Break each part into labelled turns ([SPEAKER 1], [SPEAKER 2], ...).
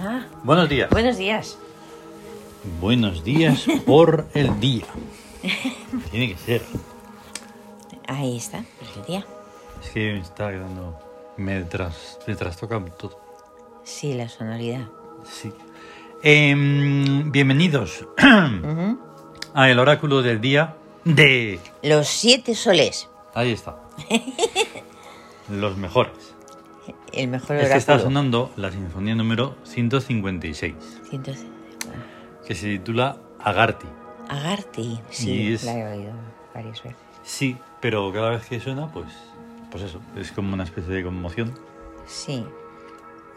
[SPEAKER 1] Ah.
[SPEAKER 2] Buenos días.
[SPEAKER 1] Buenos días.
[SPEAKER 2] Buenos días por el día. Tiene que ser.
[SPEAKER 1] Ahí está, el día.
[SPEAKER 2] Es que me está quedando. Me, tras, me trastoca todo.
[SPEAKER 1] Sí, la sonoridad.
[SPEAKER 2] Sí. Em, bienvenidos
[SPEAKER 1] Ujú.
[SPEAKER 2] a el oráculo del día de.
[SPEAKER 1] Los siete soles.
[SPEAKER 2] Ahí está. Los mejores.
[SPEAKER 1] El mejor
[SPEAKER 2] Es que está
[SPEAKER 1] oráculo.
[SPEAKER 2] sonando la sinfonía número 156,
[SPEAKER 1] Entonces,
[SPEAKER 2] que se titula Agarty.
[SPEAKER 1] Agarty.
[SPEAKER 2] Y
[SPEAKER 1] Sí,
[SPEAKER 2] es-
[SPEAKER 1] la he oído varias veces.
[SPEAKER 2] Sí, pero cada vez que suena, pues, pues eso, es como una especie de conmoción.
[SPEAKER 1] Sí.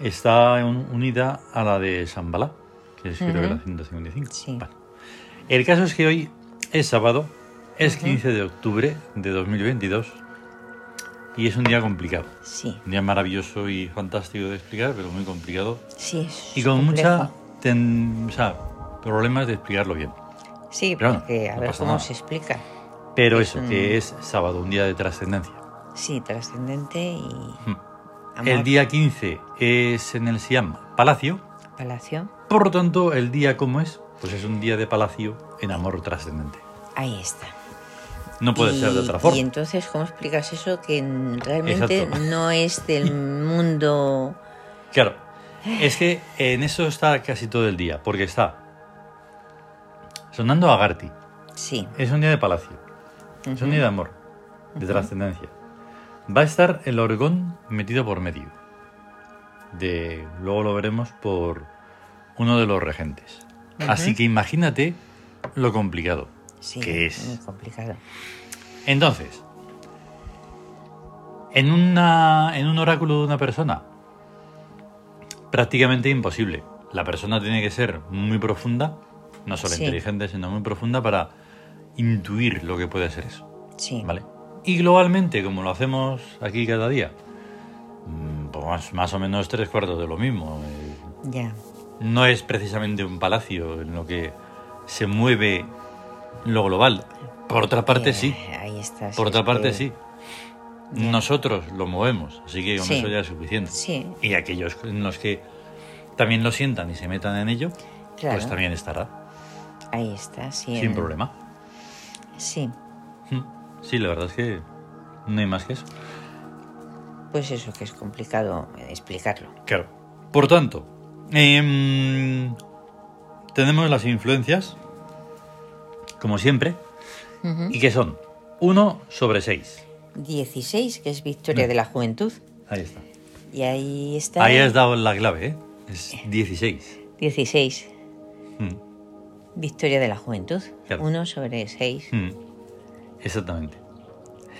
[SPEAKER 2] Está un- unida a la de Shambhala, que es creo que
[SPEAKER 1] Ujú.
[SPEAKER 2] la 155.
[SPEAKER 1] Sí.
[SPEAKER 2] Vale. El caso es que hoy es sábado, es 15 de octubre de 2022 y es un día complicado.
[SPEAKER 1] Sí.
[SPEAKER 2] Un día maravilloso y fantástico de explicar, pero muy complicado.
[SPEAKER 1] Sí. es
[SPEAKER 2] Y con mucha
[SPEAKER 1] complejo.
[SPEAKER 2] ten- o sea, problemas de explicarlo bien.
[SPEAKER 1] Sí,
[SPEAKER 2] Pero bueno,
[SPEAKER 1] porque a
[SPEAKER 2] no
[SPEAKER 1] ver
[SPEAKER 2] pasa
[SPEAKER 1] cómo
[SPEAKER 2] nada.
[SPEAKER 1] se explica.
[SPEAKER 2] Pero
[SPEAKER 1] Es
[SPEAKER 2] eso,
[SPEAKER 1] un-
[SPEAKER 2] que es sábado, un día de trascendencia.
[SPEAKER 1] Sí, trascendente y.
[SPEAKER 2] Hmm.
[SPEAKER 1] Amor,
[SPEAKER 2] El día 15 es en el Siam Palacio,
[SPEAKER 1] Palacio.
[SPEAKER 2] por lo tanto, el día como es, pues es un día de palacio en amor trascendente.
[SPEAKER 1] Ahí está.
[SPEAKER 2] No puede
[SPEAKER 1] Y-
[SPEAKER 2] ser de otra forma.
[SPEAKER 1] Y entonces, ¿cómo explicas eso? Que mm, realmente
[SPEAKER 2] Exacto.
[SPEAKER 1] no es del mundo.
[SPEAKER 2] Claro, es que en eso está casi todo el día, porque está sonando Agarty,
[SPEAKER 1] Sí.
[SPEAKER 2] es un día de palacio, es un día de amor, de trascendencia. Va a estar el orgón metido por medio. De, luego lo veremos por uno de los regentes. Así que imagínate lo complicado
[SPEAKER 1] Sí,
[SPEAKER 2] que es.
[SPEAKER 1] Muy complicado.
[SPEAKER 2] Entonces, en, una, en un oráculo de una persona, prácticamente imposible. La persona tiene que ser muy profunda, no solo
[SPEAKER 1] Sí.
[SPEAKER 2] inteligente, sino muy profunda para intuir lo que puede ser eso.
[SPEAKER 1] Sí.
[SPEAKER 2] ¿Vale? Y globalmente, como lo hacemos aquí cada día, mm, pues más, más o menos tres cuartos de lo mismo. eh,
[SPEAKER 1] Ya.
[SPEAKER 2] No es precisamente un palacio en lo que se mueve lo global. Por otra parte,
[SPEAKER 1] Eh,
[SPEAKER 2] sí.
[SPEAKER 1] Ahí está.
[SPEAKER 2] Por
[SPEAKER 1] si
[SPEAKER 2] otra
[SPEAKER 1] es
[SPEAKER 2] parte,
[SPEAKER 1] que-
[SPEAKER 2] sí. Nosotros lo movemos, así que con
[SPEAKER 1] Sí.
[SPEAKER 2] eso ya es suficiente.
[SPEAKER 1] Sí.
[SPEAKER 2] Y aquellos en los que también lo sientan y se metan en ello,
[SPEAKER 1] Claro.
[SPEAKER 2] pues también estará,
[SPEAKER 1] Ahí está, sí.
[SPEAKER 2] sin
[SPEAKER 1] eh,
[SPEAKER 2] problema.
[SPEAKER 1] Sí.
[SPEAKER 2] Mm. Sí, la verdad es que no hay más que eso.
[SPEAKER 1] Pues eso que es complicado eh, explicarlo.
[SPEAKER 2] Claro. Por tanto, em, tenemos las influencias, como siempre, y que son 1 sobre 6.
[SPEAKER 1] 16, que es Victoria de la Juventud.
[SPEAKER 2] Ahí está.
[SPEAKER 1] Y ahí está.
[SPEAKER 2] Ahí has dado la clave, ¿eh? Es 16.
[SPEAKER 1] 16,
[SPEAKER 2] Mm.
[SPEAKER 1] Victoria de la Juventud.
[SPEAKER 2] Claro.
[SPEAKER 1] 1 sobre 6.
[SPEAKER 2] Mm, Exactamente.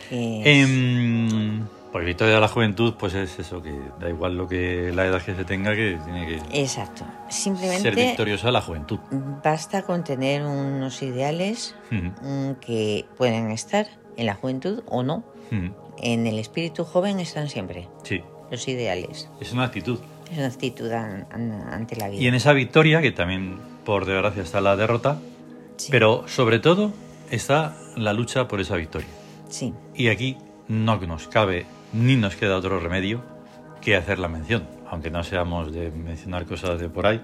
[SPEAKER 1] que es-
[SPEAKER 2] Em, pues Victoria de la Juventud, pues es eso, que da igual lo que la edad que se tenga, que tiene que
[SPEAKER 1] Exacto. Simplemente.
[SPEAKER 2] ser victoriosa la juventud.
[SPEAKER 1] Basta con tener unos ideales
[SPEAKER 2] Mm,
[SPEAKER 1] mm, que pueden estar en la juventud o no.
[SPEAKER 2] mm,
[SPEAKER 1] En el espíritu joven están siempre
[SPEAKER 2] Sí,
[SPEAKER 1] los ideales.
[SPEAKER 2] es una actitud.
[SPEAKER 1] Es una actitud an- an- ante la vida.
[SPEAKER 2] Y en esa victoria, que también por desgracia está la derrota,
[SPEAKER 1] Sí,
[SPEAKER 2] pero sobre todo está la lucha por esa victoria.
[SPEAKER 1] Sí,
[SPEAKER 2] Y aquí no nos cabe ni nos queda otro remedio que hacer la mención, aunque no seamos de mencionar cosas de por ahí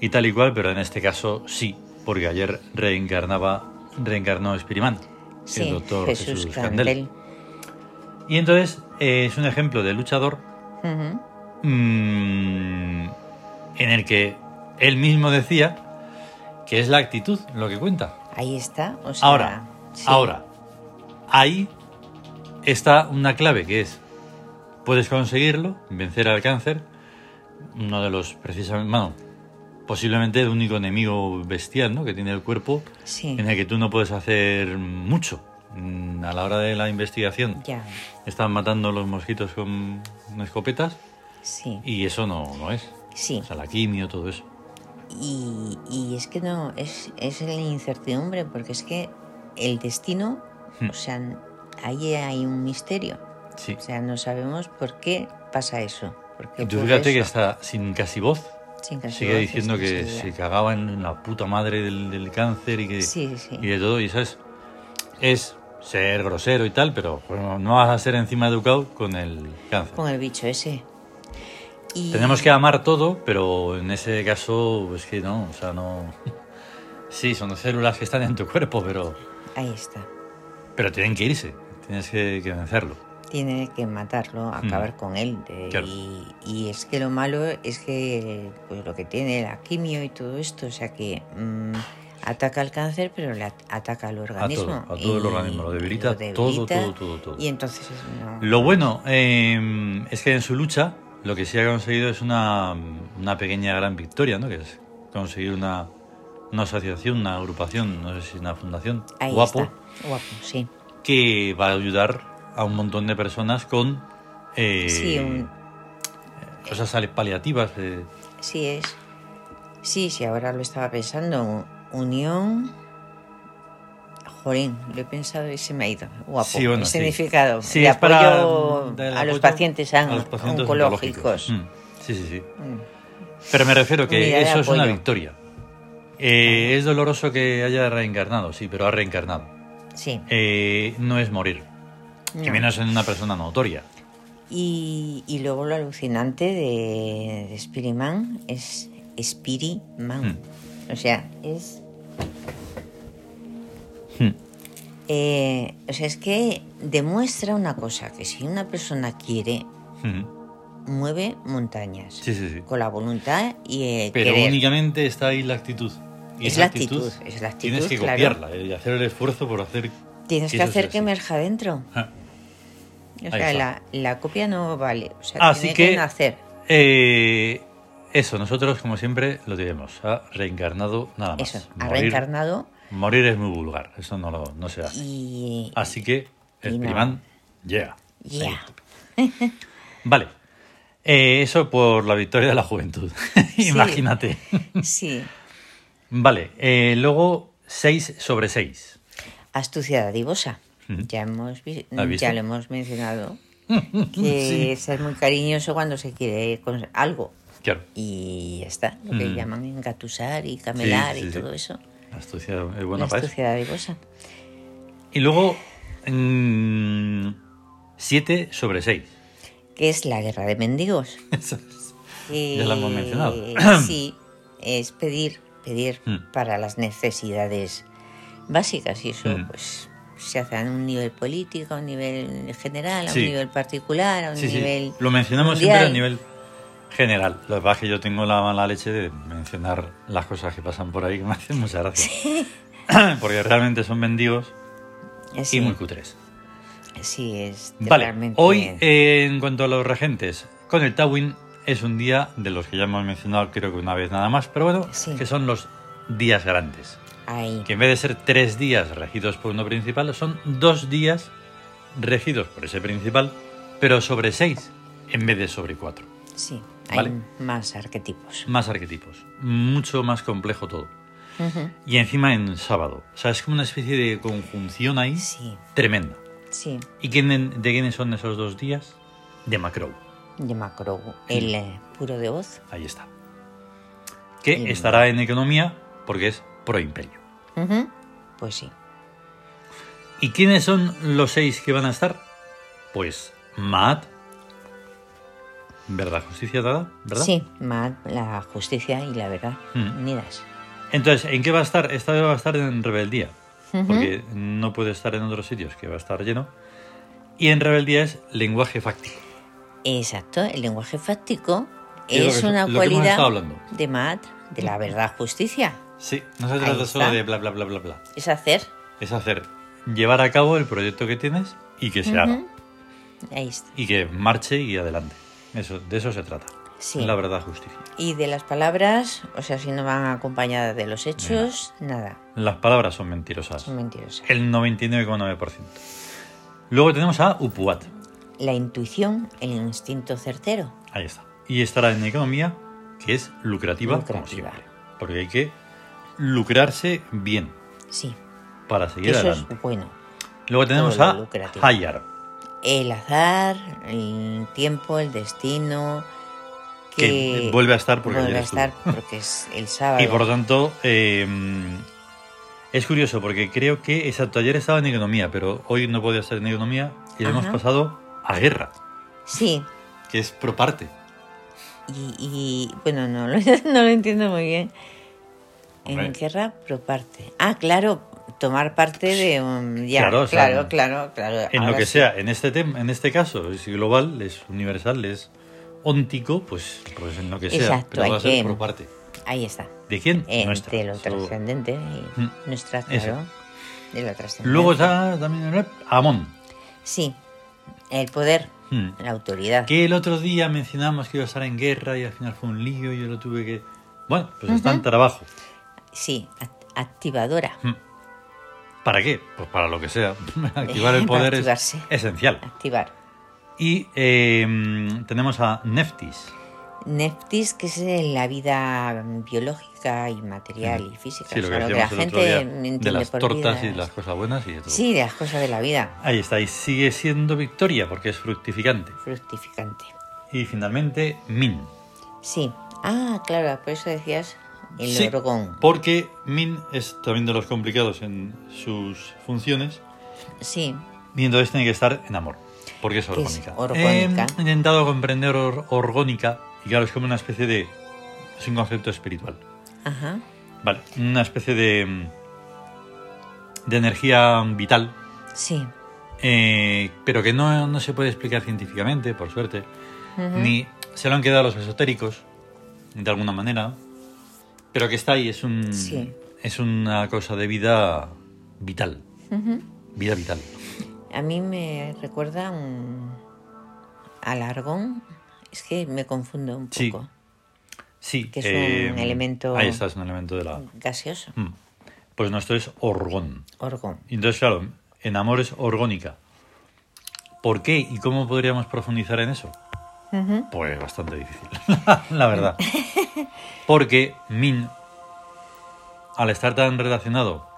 [SPEAKER 2] y tal y cual, pero en este caso sí, porque ayer reencarnaba, reencarnó Espirimán,
[SPEAKER 1] sí,
[SPEAKER 2] el doctor Jesús, Candel.
[SPEAKER 1] Candel.
[SPEAKER 2] Y entonces eh, es un ejemplo de luchador
[SPEAKER 1] Ujú,
[SPEAKER 2] mm, en el que él mismo decía que es la actitud lo que cuenta.
[SPEAKER 1] Ahí está. o sea,
[SPEAKER 2] Ahora,
[SPEAKER 1] sí,
[SPEAKER 2] ahora, ahí está una clave que es, puedes conseguirlo, vencer al cáncer, uno de los precisamente, bueno, posiblemente el único enemigo bestial ¿no? que tiene el cuerpo,
[SPEAKER 1] Sí,
[SPEAKER 2] en el que tú no puedes hacer mucho. Mm, A la hora de la investigación
[SPEAKER 1] ya,
[SPEAKER 2] están matando los mosquitos con escopetas
[SPEAKER 1] sí,
[SPEAKER 2] y eso no, no es.
[SPEAKER 1] sí.
[SPEAKER 2] O sea, la quimio, todo eso.
[SPEAKER 1] Y, y es que no, es, es la incertidumbre, porque es que el destino,
[SPEAKER 2] Hmm.
[SPEAKER 1] o sea, ahí hay un misterio.
[SPEAKER 2] Sí.
[SPEAKER 1] O sea, no sabemos por qué pasa eso. por qué
[SPEAKER 2] Y tú
[SPEAKER 1] ocurre
[SPEAKER 2] fíjate que
[SPEAKER 1] eso.
[SPEAKER 2] está sin casi voz,
[SPEAKER 1] Sin casi
[SPEAKER 2] Sigue
[SPEAKER 1] voces,
[SPEAKER 2] diciendo
[SPEAKER 1] sin
[SPEAKER 2] que
[SPEAKER 1] seguridad.
[SPEAKER 2] se cagaba en la puta madre del, del cáncer y, que,
[SPEAKER 1] Sí, sí.
[SPEAKER 2] y de todo, y sabes, es ser grosero y tal, pero bueno, no vas a ser encima educado con el cáncer.
[SPEAKER 1] Con el bicho ese. Y-
[SPEAKER 2] Tenemos que amar todo, pero en ese caso es que no, o sea, no... Sí, son células que están en tu cuerpo, pero,
[SPEAKER 1] Ahí está.
[SPEAKER 2] pero tienen que irse, tienes que, que vencerlo.
[SPEAKER 1] Tiene que matarlo, acabar con él. de-
[SPEAKER 2] Mm. Claro.
[SPEAKER 1] y, y es que lo malo es que pues, lo que tiene la quimio y todo esto, o sea que mm, ataca al cáncer, pero le at- ataca al organismo.
[SPEAKER 2] a todo el
[SPEAKER 1] y
[SPEAKER 2] organismo, lo debilita todo, todo, todo, todo.
[SPEAKER 1] Y entonces no-
[SPEAKER 2] Lo bueno eh, es que en su lucha lo que sí ha conseguido es una, una pequeña gran victoria, ¿no? Que es conseguir una, una asociación, una agrupación, no sé si una fundación,
[SPEAKER 1] ahí
[SPEAKER 2] guapo,
[SPEAKER 1] está. Guapo, sí.
[SPEAKER 2] que va a ayudar a un montón de personas con eh,
[SPEAKER 1] Sí, un-
[SPEAKER 2] cosas ale- paliativas. eh,
[SPEAKER 1] Sí es. Sí, sí, ahora lo estaba pensando. Unión. Jolín, lo he pensado y se me ha ido. Guapo.
[SPEAKER 2] Sí, bueno,
[SPEAKER 1] el
[SPEAKER 2] sí.
[SPEAKER 1] significado.
[SPEAKER 2] Sí,
[SPEAKER 1] de
[SPEAKER 2] es para
[SPEAKER 1] apoyo
[SPEAKER 2] dar el
[SPEAKER 1] a los
[SPEAKER 2] apoyo
[SPEAKER 1] pacientes, an-
[SPEAKER 2] a los pacientes oncológicos.
[SPEAKER 1] oncológicos.
[SPEAKER 2] Mm, Sí, sí, sí.
[SPEAKER 1] Mm.
[SPEAKER 2] Pero me refiero
[SPEAKER 1] Unidad
[SPEAKER 2] que
[SPEAKER 1] de
[SPEAKER 2] eso es una
[SPEAKER 1] apoyo.
[SPEAKER 2] victoria. Eh, es doloroso que haya reencarnado, sí, pero ha reencarnado.
[SPEAKER 1] Sí.
[SPEAKER 2] Eh, no es morir. Que
[SPEAKER 1] no.
[SPEAKER 2] menos en una persona notoria.
[SPEAKER 1] Y, y luego lo alucinante de, de Spiriman es Spiriman.
[SPEAKER 2] Mm.
[SPEAKER 1] O sea, es.
[SPEAKER 2] Hmm.
[SPEAKER 1] eh, o sea, es que demuestra una cosa: que si una persona quiere,
[SPEAKER 2] Ujú.
[SPEAKER 1] mueve montañas.
[SPEAKER 2] Mm. Sí, sí, sí.
[SPEAKER 1] Con la voluntad y el
[SPEAKER 2] Pero
[SPEAKER 1] querer.
[SPEAKER 2] únicamente está ahí la actitud. Y
[SPEAKER 1] Es
[SPEAKER 2] esa
[SPEAKER 1] la actitud, es la actitud,
[SPEAKER 2] Tienes que
[SPEAKER 1] claro.
[SPEAKER 2] copiarla eh, y hacer el esfuerzo por hacer.
[SPEAKER 1] Tienes que
[SPEAKER 2] eso
[SPEAKER 1] hacer
[SPEAKER 2] sea así.
[SPEAKER 1] que emerja dentro.
[SPEAKER 2] Ah.
[SPEAKER 1] O
[SPEAKER 2] Ahí está.
[SPEAKER 1] sea, la, la copia no vale. O sea,
[SPEAKER 2] Así
[SPEAKER 1] tiene
[SPEAKER 2] que-
[SPEAKER 1] nacer.
[SPEAKER 2] Eh, eso, nosotros, como siempre, lo diremos. Ha reencarnado nada más.
[SPEAKER 1] Eso, ha
[SPEAKER 2] Morir-
[SPEAKER 1] reencarnado
[SPEAKER 2] Morir es muy vulgar. Eso no, lo, no se hace.
[SPEAKER 1] y.
[SPEAKER 2] Así que, el
[SPEAKER 1] Y no.
[SPEAKER 2] primán, llega.
[SPEAKER 1] Ya.
[SPEAKER 2] Vale. Eh, eso por la victoria de la juventud. Imagínate.
[SPEAKER 1] Sí.
[SPEAKER 2] Vale. eh, luego, 6 sobre 6.
[SPEAKER 1] Astucia dadivosa.
[SPEAKER 2] Ujú.
[SPEAKER 1] Ya, hemos vi-
[SPEAKER 2] ¿La has visto?
[SPEAKER 1] ya lo hemos mencionado. Que es ser muy cariñoso cuando se quiere con algo.
[SPEAKER 2] Claro.
[SPEAKER 1] Y ya está. Lo que
[SPEAKER 2] Mm.
[SPEAKER 1] llaman engatusar y camelar
[SPEAKER 2] Sí, sí,
[SPEAKER 1] y
[SPEAKER 2] sí. pues.
[SPEAKER 1] todo eso.
[SPEAKER 2] Astucia es buena
[SPEAKER 1] la
[SPEAKER 2] para eso.
[SPEAKER 1] astucia dadivosa.
[SPEAKER 2] Y luego, 7 sobre 6.
[SPEAKER 1] Que es la guerra de mendigos.
[SPEAKER 2] Ya lo hemos
[SPEAKER 1] Eh,
[SPEAKER 2] mencionado.
[SPEAKER 1] sí, es pedir, pedir
[SPEAKER 2] Mm.
[SPEAKER 1] para las necesidades básicas y eso
[SPEAKER 2] Mm.
[SPEAKER 1] pues se hace a un nivel político, a un nivel general, a
[SPEAKER 2] Sí.
[SPEAKER 1] un nivel particular, a un
[SPEAKER 2] Sí,
[SPEAKER 1] nivel
[SPEAKER 2] sí. Lo mencionamos siempre a nivel
[SPEAKER 1] mundial.
[SPEAKER 2] general. Lo que pasa es que yo tengo la mala leche de mencionar las cosas que pasan por ahí que me hacen mucha gracia. Porque realmente son mendigos
[SPEAKER 1] Eh,
[SPEAKER 2] y
[SPEAKER 1] Sí,
[SPEAKER 2] muy cutres.
[SPEAKER 1] sí, es
[SPEAKER 2] Vale,
[SPEAKER 1] realmente-
[SPEAKER 2] hoy eh, en cuanto a los regentes, con el Tawin es un día de los que ya hemos mencionado creo que una vez nada más, pero bueno,
[SPEAKER 1] Sí.
[SPEAKER 2] que son los días grandes.
[SPEAKER 1] ahí.
[SPEAKER 2] Que en vez de ser tres días regidos por uno principal, son dos días regidos por ese principal, pero sobre seis en vez de sobre cuatro.
[SPEAKER 1] Sí, hay
[SPEAKER 2] Vale.
[SPEAKER 1] más arquetipos.
[SPEAKER 2] Más arquetipos, mucho más complejo todo. Hmm.
[SPEAKER 1] Ujú.
[SPEAKER 2] Y encima en sábado. O sea, es como una especie de conjunción ahí
[SPEAKER 1] Sí,
[SPEAKER 2] tremenda.
[SPEAKER 1] sí,
[SPEAKER 2] ¿Y quién, de quiénes son esos dos días? De Macrow.
[SPEAKER 1] de Macro,
[SPEAKER 2] Hmm.
[SPEAKER 1] el eh, puro de voz.
[SPEAKER 2] Ahí está. Que
[SPEAKER 1] Y-
[SPEAKER 2] estará en economía porque es proimperio.
[SPEAKER 1] Ujú, Pues sí,
[SPEAKER 2] ¿Y quiénes son los seis que van a estar? Pues Maat, ¿verdad? Justicia dada, ¿verdad?
[SPEAKER 1] sí, más la justicia y la verdad
[SPEAKER 2] Mm.
[SPEAKER 1] unidas.
[SPEAKER 2] Entonces, ¿en qué va a estar? Esta vez va a estar en rebeldía,
[SPEAKER 1] Ujú.
[SPEAKER 2] porque no puede estar en otros sitios que va a estar lleno. Y en rebeldía es lenguaje fáctico.
[SPEAKER 1] Exacto, el lenguaje fáctico
[SPEAKER 2] Es lo
[SPEAKER 1] es,
[SPEAKER 2] que-
[SPEAKER 1] una
[SPEAKER 2] lo que hemos
[SPEAKER 1] cualidad
[SPEAKER 2] estado hablando. Mm.
[SPEAKER 1] de Maat, de la verdad justicia.
[SPEAKER 2] Sí, no se
[SPEAKER 1] Ahí
[SPEAKER 2] trata solo
[SPEAKER 1] está.
[SPEAKER 2] de bla, bla, bla, bla, bla.
[SPEAKER 1] Es hacer.
[SPEAKER 2] Es hacer, llevar a cabo el proyecto que tienes y que se haga.
[SPEAKER 1] Ujú. Ahí está.
[SPEAKER 2] y que marche y adelante. Eso, de eso se trata.
[SPEAKER 1] Sí.
[SPEAKER 2] La verdad justicia.
[SPEAKER 1] Y de las palabras, o sea, si no van acompañadas de los hechos, nada.
[SPEAKER 2] Las palabras son mentirosas.
[SPEAKER 1] Son mentirosas.
[SPEAKER 2] El 99,9%. Luego tenemos a Upuat.
[SPEAKER 1] La intuición, el instinto certero.
[SPEAKER 2] Ahí está. Y estará en economía, que es lucrativa, como
[SPEAKER 1] Lucrativa.
[SPEAKER 2] siempre. Porque hay que lucrarse bien
[SPEAKER 1] Sí,
[SPEAKER 2] para seguir
[SPEAKER 1] eso
[SPEAKER 2] adelante.
[SPEAKER 1] es bueno.
[SPEAKER 2] Luego tenemos
[SPEAKER 1] todo lo
[SPEAKER 2] a
[SPEAKER 1] lucrativo.
[SPEAKER 2] Hayar,
[SPEAKER 1] El azar, el tiempo, el destino.
[SPEAKER 2] que
[SPEAKER 1] Que
[SPEAKER 2] vuelve a estar porque ayer
[SPEAKER 1] vuelve a
[SPEAKER 2] estuvo.
[SPEAKER 1] estar porque es el sábado.
[SPEAKER 2] Y por lo tanto, eh, es curioso porque creo que exacto, ayer estaba en economía, pero hoy no podía estar en economía y lo hemos
[SPEAKER 1] Ajá.
[SPEAKER 2] pasado a guerra,
[SPEAKER 1] Sí,
[SPEAKER 2] que es pro parte.
[SPEAKER 1] Y, y, bueno, no lo, no lo entiendo muy bien. En
[SPEAKER 2] Hombre.
[SPEAKER 1] guerra, proparte. Ah, claro, tomar parte de un. Ya,
[SPEAKER 2] Pues, Claro,
[SPEAKER 1] claro,
[SPEAKER 2] o sea,
[SPEAKER 1] claro, claro,
[SPEAKER 2] En lo
[SPEAKER 1] ahora
[SPEAKER 2] que
[SPEAKER 1] sí.
[SPEAKER 2] sea, en este tema, en este caso, es global, es universal, es óntico, pues, pues en lo que sea,
[SPEAKER 1] Exacto,
[SPEAKER 2] pero va
[SPEAKER 1] hay
[SPEAKER 2] a ser
[SPEAKER 1] que-
[SPEAKER 2] por parte.
[SPEAKER 1] Ahí está.
[SPEAKER 2] ¿De quién?
[SPEAKER 1] Eh,
[SPEAKER 2] Nuestra.
[SPEAKER 1] de lo
[SPEAKER 2] So-
[SPEAKER 1] trascendente. y
[SPEAKER 2] Mm.
[SPEAKER 1] Nuestra,
[SPEAKER 2] Eso.
[SPEAKER 1] claro. De lo trascendente.
[SPEAKER 2] Luego está también el Amón.
[SPEAKER 1] Sí. El poder,
[SPEAKER 2] Hmm.
[SPEAKER 1] la autoridad.
[SPEAKER 2] Que el otro día mencionamos que iba a estar en guerra y al final fue un lío y yo lo tuve que... Bueno, pues está en trabajo.
[SPEAKER 1] Sí, act- activadora.
[SPEAKER 2] ¿Para qué? Pues para lo que sea. Activar el
[SPEAKER 1] Para
[SPEAKER 2] poder es
[SPEAKER 1] activarse.
[SPEAKER 2] esencial.
[SPEAKER 1] Activar.
[SPEAKER 2] Y eh, tenemos a Neftis.
[SPEAKER 1] Neftis, que es en la vida biológica y material y física.
[SPEAKER 2] Mm. Sí,
[SPEAKER 1] o
[SPEAKER 2] lo que
[SPEAKER 1] sea,
[SPEAKER 2] decíamos el otro día
[SPEAKER 1] entiende
[SPEAKER 2] de las
[SPEAKER 1] por
[SPEAKER 2] tortas y
[SPEAKER 1] vidas.
[SPEAKER 2] de las cosas buenas y de todo.
[SPEAKER 1] Sí, de las cosas de la vida.
[SPEAKER 2] Ahí está, y sigue siendo Victoria porque es fructificante.
[SPEAKER 1] Fructificante.
[SPEAKER 2] Y finalmente, Min.
[SPEAKER 1] Sí. Ah, claro, por eso decías el
[SPEAKER 2] Sí,
[SPEAKER 1] orgón.
[SPEAKER 2] Porque Min es también de los complicados en sus funciones
[SPEAKER 1] Sí,
[SPEAKER 2] y entonces tiene que estar en amor, porque es
[SPEAKER 1] es
[SPEAKER 2] orgónica.
[SPEAKER 1] orgónica.
[SPEAKER 2] He intentado comprender or- orgónica y claro, es como una especie de... es un concepto espiritual.
[SPEAKER 1] ajá.
[SPEAKER 2] Vale, una especie de... mm, de energía vital,
[SPEAKER 1] Sí.
[SPEAKER 2] eh, pero que no, no se puede explicar científicamente, por suerte.
[SPEAKER 1] Ujú.
[SPEAKER 2] ni se lo han quedado a los esotéricos de alguna manera pero que está ahí es un
[SPEAKER 1] Sí.
[SPEAKER 2] es una cosa de vida vital
[SPEAKER 1] Ujú.
[SPEAKER 2] vida vital
[SPEAKER 1] A mí me recuerda un... al argón. Es que me confundo un
[SPEAKER 2] Sí.
[SPEAKER 1] poco.
[SPEAKER 2] sí
[SPEAKER 1] Que es un
[SPEAKER 2] eh,
[SPEAKER 1] elemento-
[SPEAKER 2] ahí está es un elemento de la
[SPEAKER 1] Gaseoso.
[SPEAKER 2] Mm. pues no esto es orgón
[SPEAKER 1] Orgón.
[SPEAKER 2] Y entonces claro en amor es orgónica ¿por qué y cómo podríamos profundizar en eso?
[SPEAKER 1] Ujú.
[SPEAKER 2] Pues bastante difícil, la verdad. Porque Min, al estar tan relacionado,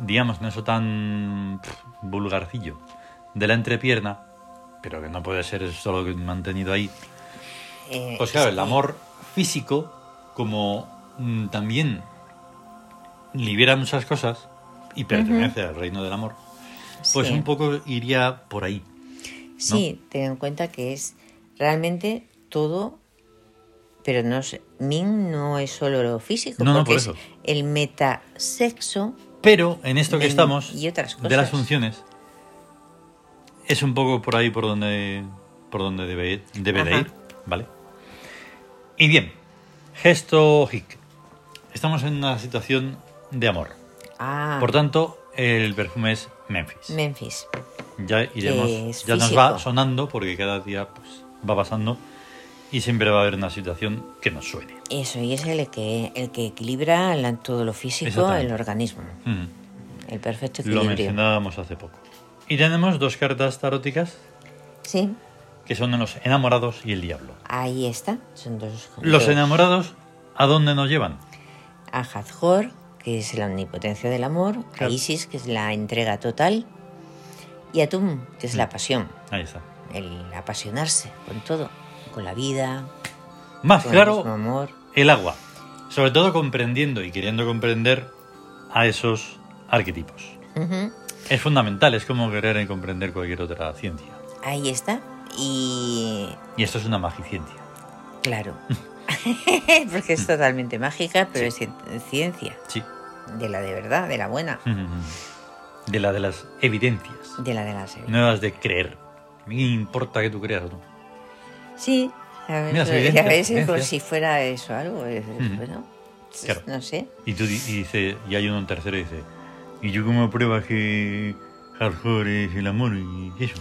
[SPEAKER 2] digamos, en eso tan pff, vulgarcillo, de la entrepierna, pero que no puede ser solo que mantenido ahí,
[SPEAKER 1] Eh,
[SPEAKER 2] pues claro, el amor físico, como mm, también libera muchas cosas y pertenece al reino del amor, pues
[SPEAKER 1] sí.
[SPEAKER 2] un poco iría por ahí.
[SPEAKER 1] Sí, ten en cuenta que es realmente todo, pero no es, Min no es solo lo físico,
[SPEAKER 2] No, no,
[SPEAKER 1] porque
[SPEAKER 2] por
[SPEAKER 1] es
[SPEAKER 2] eso.
[SPEAKER 1] el metasexo.
[SPEAKER 2] Pero en esto que
[SPEAKER 1] Del-
[SPEAKER 2] estamos,
[SPEAKER 1] y otras
[SPEAKER 2] de las
[SPEAKER 1] cosas.
[SPEAKER 2] funciones, es un poco por ahí por donde, por donde debe, debe de
[SPEAKER 1] Ajá.
[SPEAKER 2] ir, ¿vale? Y bien, gesto hic. Estamos en una situación de amor.
[SPEAKER 1] Ah,
[SPEAKER 2] Por tanto, el perfume es Memphis.
[SPEAKER 1] Memphis.
[SPEAKER 2] ya iremos,
[SPEAKER 1] que es
[SPEAKER 2] ya nos
[SPEAKER 1] físico.
[SPEAKER 2] va sonando porque cada día pues, va pasando y siempre va a haber una situación que nos suene.
[SPEAKER 1] Eso, y es el que, el que equilibra la- todo lo físico,
[SPEAKER 2] Exactamente.
[SPEAKER 1] el organismo.
[SPEAKER 2] Mm,
[SPEAKER 1] El perfecto
[SPEAKER 2] Lo
[SPEAKER 1] equilibrio.
[SPEAKER 2] mencionábamos hace poco. Y tenemos dos cartas taróticas
[SPEAKER 1] Sí,
[SPEAKER 2] que son los enamorados y el diablo.
[SPEAKER 1] ahí está. Son dos.
[SPEAKER 2] Los
[SPEAKER 1] dos.
[SPEAKER 2] enamorados, ¿a dónde nos llevan?
[SPEAKER 1] A Hathor, que es la omnipotencia del amor.
[SPEAKER 2] Claro.
[SPEAKER 1] A Isis, que es la entrega total. Y a Tum, que es
[SPEAKER 2] Mm.
[SPEAKER 1] la pasión.
[SPEAKER 2] Ahí está.
[SPEAKER 1] el apasionarse con todo, con la vida,
[SPEAKER 2] Más
[SPEAKER 1] con el mismo
[SPEAKER 2] Ah, claro,
[SPEAKER 1] amor.
[SPEAKER 2] el agua. Sobre todo comprendiendo y queriendo comprender a esos arquetipos.
[SPEAKER 1] Ujú.
[SPEAKER 2] Es fundamental, es como querer y comprender cualquier otra ciencia.
[SPEAKER 1] Ahí está. Y
[SPEAKER 2] Y esto es una magiciencia.
[SPEAKER 1] claro, porque es totalmente mágica, pero es cien- ciencia,
[SPEAKER 2] Sí.
[SPEAKER 1] de la de verdad, de la buena,
[SPEAKER 2] De la de las evidencias.
[SPEAKER 1] de la de las...
[SPEAKER 2] No las de creer. ¿Qué importa que tú creas o no?
[SPEAKER 1] Sí, a
[SPEAKER 2] Mira, las
[SPEAKER 1] veces,
[SPEAKER 2] evidencias,
[SPEAKER 1] a veces como
[SPEAKER 2] evidencias.
[SPEAKER 1] si fuera eso algo, es-
[SPEAKER 2] Ujú.
[SPEAKER 1] bueno,
[SPEAKER 2] Claro.
[SPEAKER 1] no sé.
[SPEAKER 2] Y tú di- y dice, y hay uno en tercero y dice, ¿y yo cómo pruebas que hardcore es el amor y eso?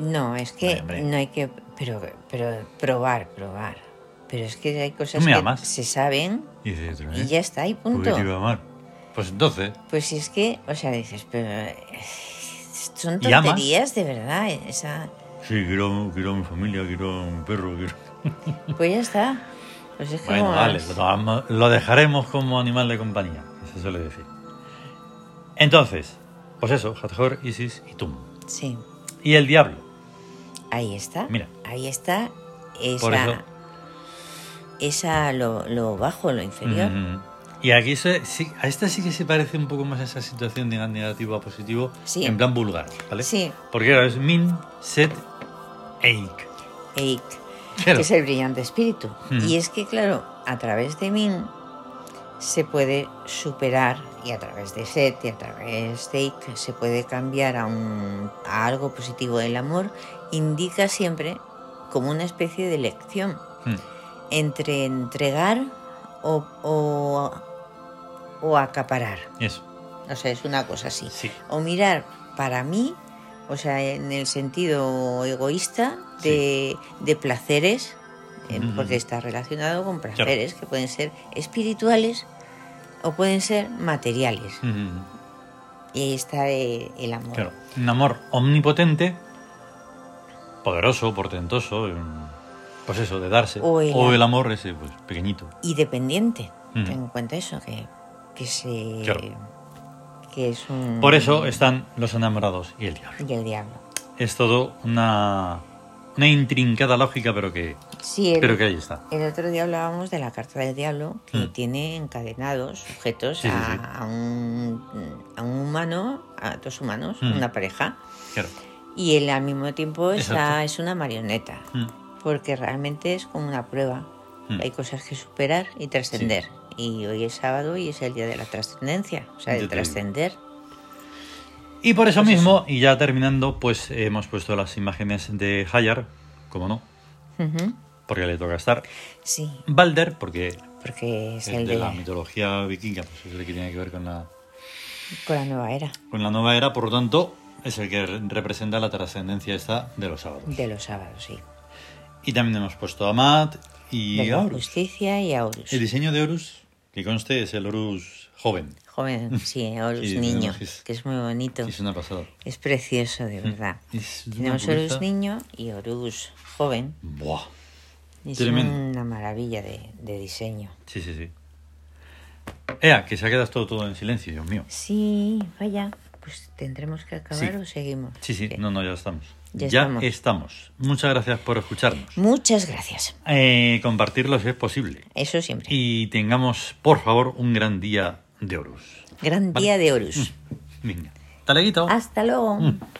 [SPEAKER 1] No, es
[SPEAKER 2] Hombre,
[SPEAKER 1] que
[SPEAKER 2] hombre.
[SPEAKER 1] no hay que... Pero, pero probar, probar. Pero es que hay cosas
[SPEAKER 2] ¿Tú me
[SPEAKER 1] que
[SPEAKER 2] amas?
[SPEAKER 1] se saben
[SPEAKER 2] Y dice otro,
[SPEAKER 1] y
[SPEAKER 2] ¿eh?
[SPEAKER 1] ya está, y punto.
[SPEAKER 2] ¿Por qué te iba a amar? Pues entonces,
[SPEAKER 1] Pues si es que, o sea, dices, pero eh, son
[SPEAKER 2] ¿Y amas?
[SPEAKER 1] tonterías de verdad. eh, Esa...
[SPEAKER 2] sí, quiero, quiero a mi familia, quiero a mi perro, quiero...
[SPEAKER 1] Pues ya está. Pues es que
[SPEAKER 2] Bueno,
[SPEAKER 1] como-
[SPEAKER 2] vale, lo, am- lo dejaremos como animal de compañía, se suele decir. Entonces, pues eso, Hathor, Isis y Tum.
[SPEAKER 1] Sí,
[SPEAKER 2] Y el diablo.
[SPEAKER 1] ahí está.
[SPEAKER 2] Mira.
[SPEAKER 1] Ahí está esa,
[SPEAKER 2] Por eso-
[SPEAKER 1] esa lo, lo bajo, lo inferior.
[SPEAKER 2] Ujú. Y aquí se- sí, a esta sí que se parece un poco más a esa situación de negativo a positivo,
[SPEAKER 1] Sí.
[SPEAKER 2] en plan vulgar, ¿vale?
[SPEAKER 1] Sí,
[SPEAKER 2] Porque ahora es min, set, eik.
[SPEAKER 1] eik. que es el brillante espíritu. Mm. Y es que, claro, a través de Min se puede superar y a través de Set y a través de Ik se puede cambiar a, un, a algo positivo. El amor indica siempre como una especie de elección
[SPEAKER 2] Hmm,
[SPEAKER 1] mm. entre entregar o, o, o acaparar.
[SPEAKER 2] Eso.
[SPEAKER 1] O sea, es una cosa así.
[SPEAKER 2] Sí.
[SPEAKER 1] O mirar para mí, o sea, en el sentido egoísta de, sí. de placeres, eh, uh -huh. porque está relacionado con placeres claro. que pueden ser espirituales o pueden ser materiales. Uh -huh. Y ahí está eh, el amor.
[SPEAKER 2] Mm. Claro, un amor omnipotente, poderoso, portentoso, pues eso, de darse.
[SPEAKER 1] O el,
[SPEAKER 2] o el amor ese, pues pequeñito.
[SPEAKER 1] Y dependiente, uh -huh. ten en cuenta eso, que, que se...
[SPEAKER 2] Claro.
[SPEAKER 1] Que es un...
[SPEAKER 2] Por eso están los enamorados y el diablo.
[SPEAKER 1] Y el diablo.
[SPEAKER 2] Es todo una, una intrincada lógica, pero que,
[SPEAKER 1] sí, el,
[SPEAKER 2] pero que ahí está.
[SPEAKER 1] El otro día hablábamos de la carta del diablo, que mm. tiene encadenados, sujetos
[SPEAKER 2] Hmm. sí,
[SPEAKER 1] a,
[SPEAKER 2] sí,
[SPEAKER 1] a, un, a, un, humano, a dos humanos,
[SPEAKER 2] Hmm.
[SPEAKER 1] mm. una pareja.
[SPEAKER 2] Claro.
[SPEAKER 1] Y él al mismo tiempo está,
[SPEAKER 2] Exacto. Hmm.
[SPEAKER 1] es una marioneta, mm. porque realmente es como una prueba. Hay cosas que superar y trascender y hoy es sábado y es el día de la trascendencia, o sea, de trascender.
[SPEAKER 2] Y por eso pues mismo, eso. y ya terminando, pues hemos puesto las imágenes de Hayar, como no,
[SPEAKER 1] uh -huh.
[SPEAKER 2] porque le toca estar.
[SPEAKER 1] Sí.
[SPEAKER 2] Balder, porque,
[SPEAKER 1] porque es,
[SPEAKER 2] es
[SPEAKER 1] el
[SPEAKER 2] de, de la mitología vikinga, pues es el que tiene que ver con la...
[SPEAKER 1] Con la nueva era.
[SPEAKER 2] Con la nueva era, por lo tanto, es el que representa la trascendencia esta de los sábados.
[SPEAKER 1] De los sábados, sí.
[SPEAKER 2] Y también hemos puesto a Matt y
[SPEAKER 1] de la
[SPEAKER 2] Horus.
[SPEAKER 1] Justicia y Horus.
[SPEAKER 2] El diseño de Horus que conste es el Horus joven.
[SPEAKER 1] Joven, sí, eh, Horus
[SPEAKER 2] Sí,
[SPEAKER 1] niño,
[SPEAKER 2] tenemos que es-
[SPEAKER 1] que es muy bonito.
[SPEAKER 2] Sí, es una pasada.
[SPEAKER 1] Es precioso, de verdad.
[SPEAKER 2] Es de una
[SPEAKER 1] Tenemos Horus
[SPEAKER 2] pureza.
[SPEAKER 1] niño y Horus joven.
[SPEAKER 2] Buah.
[SPEAKER 1] y Es
[SPEAKER 2] Tremendo.
[SPEAKER 1] una maravilla de, de diseño.
[SPEAKER 2] Sí, sí, sí. Ea, que se ha quedado todo, todo en silencio, Dios mío.
[SPEAKER 1] Sí, vaya, pues tendremos que acabar
[SPEAKER 2] Sí.
[SPEAKER 1] o seguimos.
[SPEAKER 2] Sí, sí,
[SPEAKER 1] Que-
[SPEAKER 2] no, no, ya estamos.
[SPEAKER 1] Ya
[SPEAKER 2] estamos.
[SPEAKER 1] estamos.
[SPEAKER 2] Muchas gracias por escucharnos.
[SPEAKER 1] Muchas gracias.
[SPEAKER 2] Eh, compartirlo si es posible.
[SPEAKER 1] Eso siempre.
[SPEAKER 2] Y tengamos, por favor, un gran día de Horus.
[SPEAKER 1] Gran día de Horus.
[SPEAKER 2] Venga. Hasta luego.
[SPEAKER 1] Hasta luego.
[SPEAKER 2] Mm.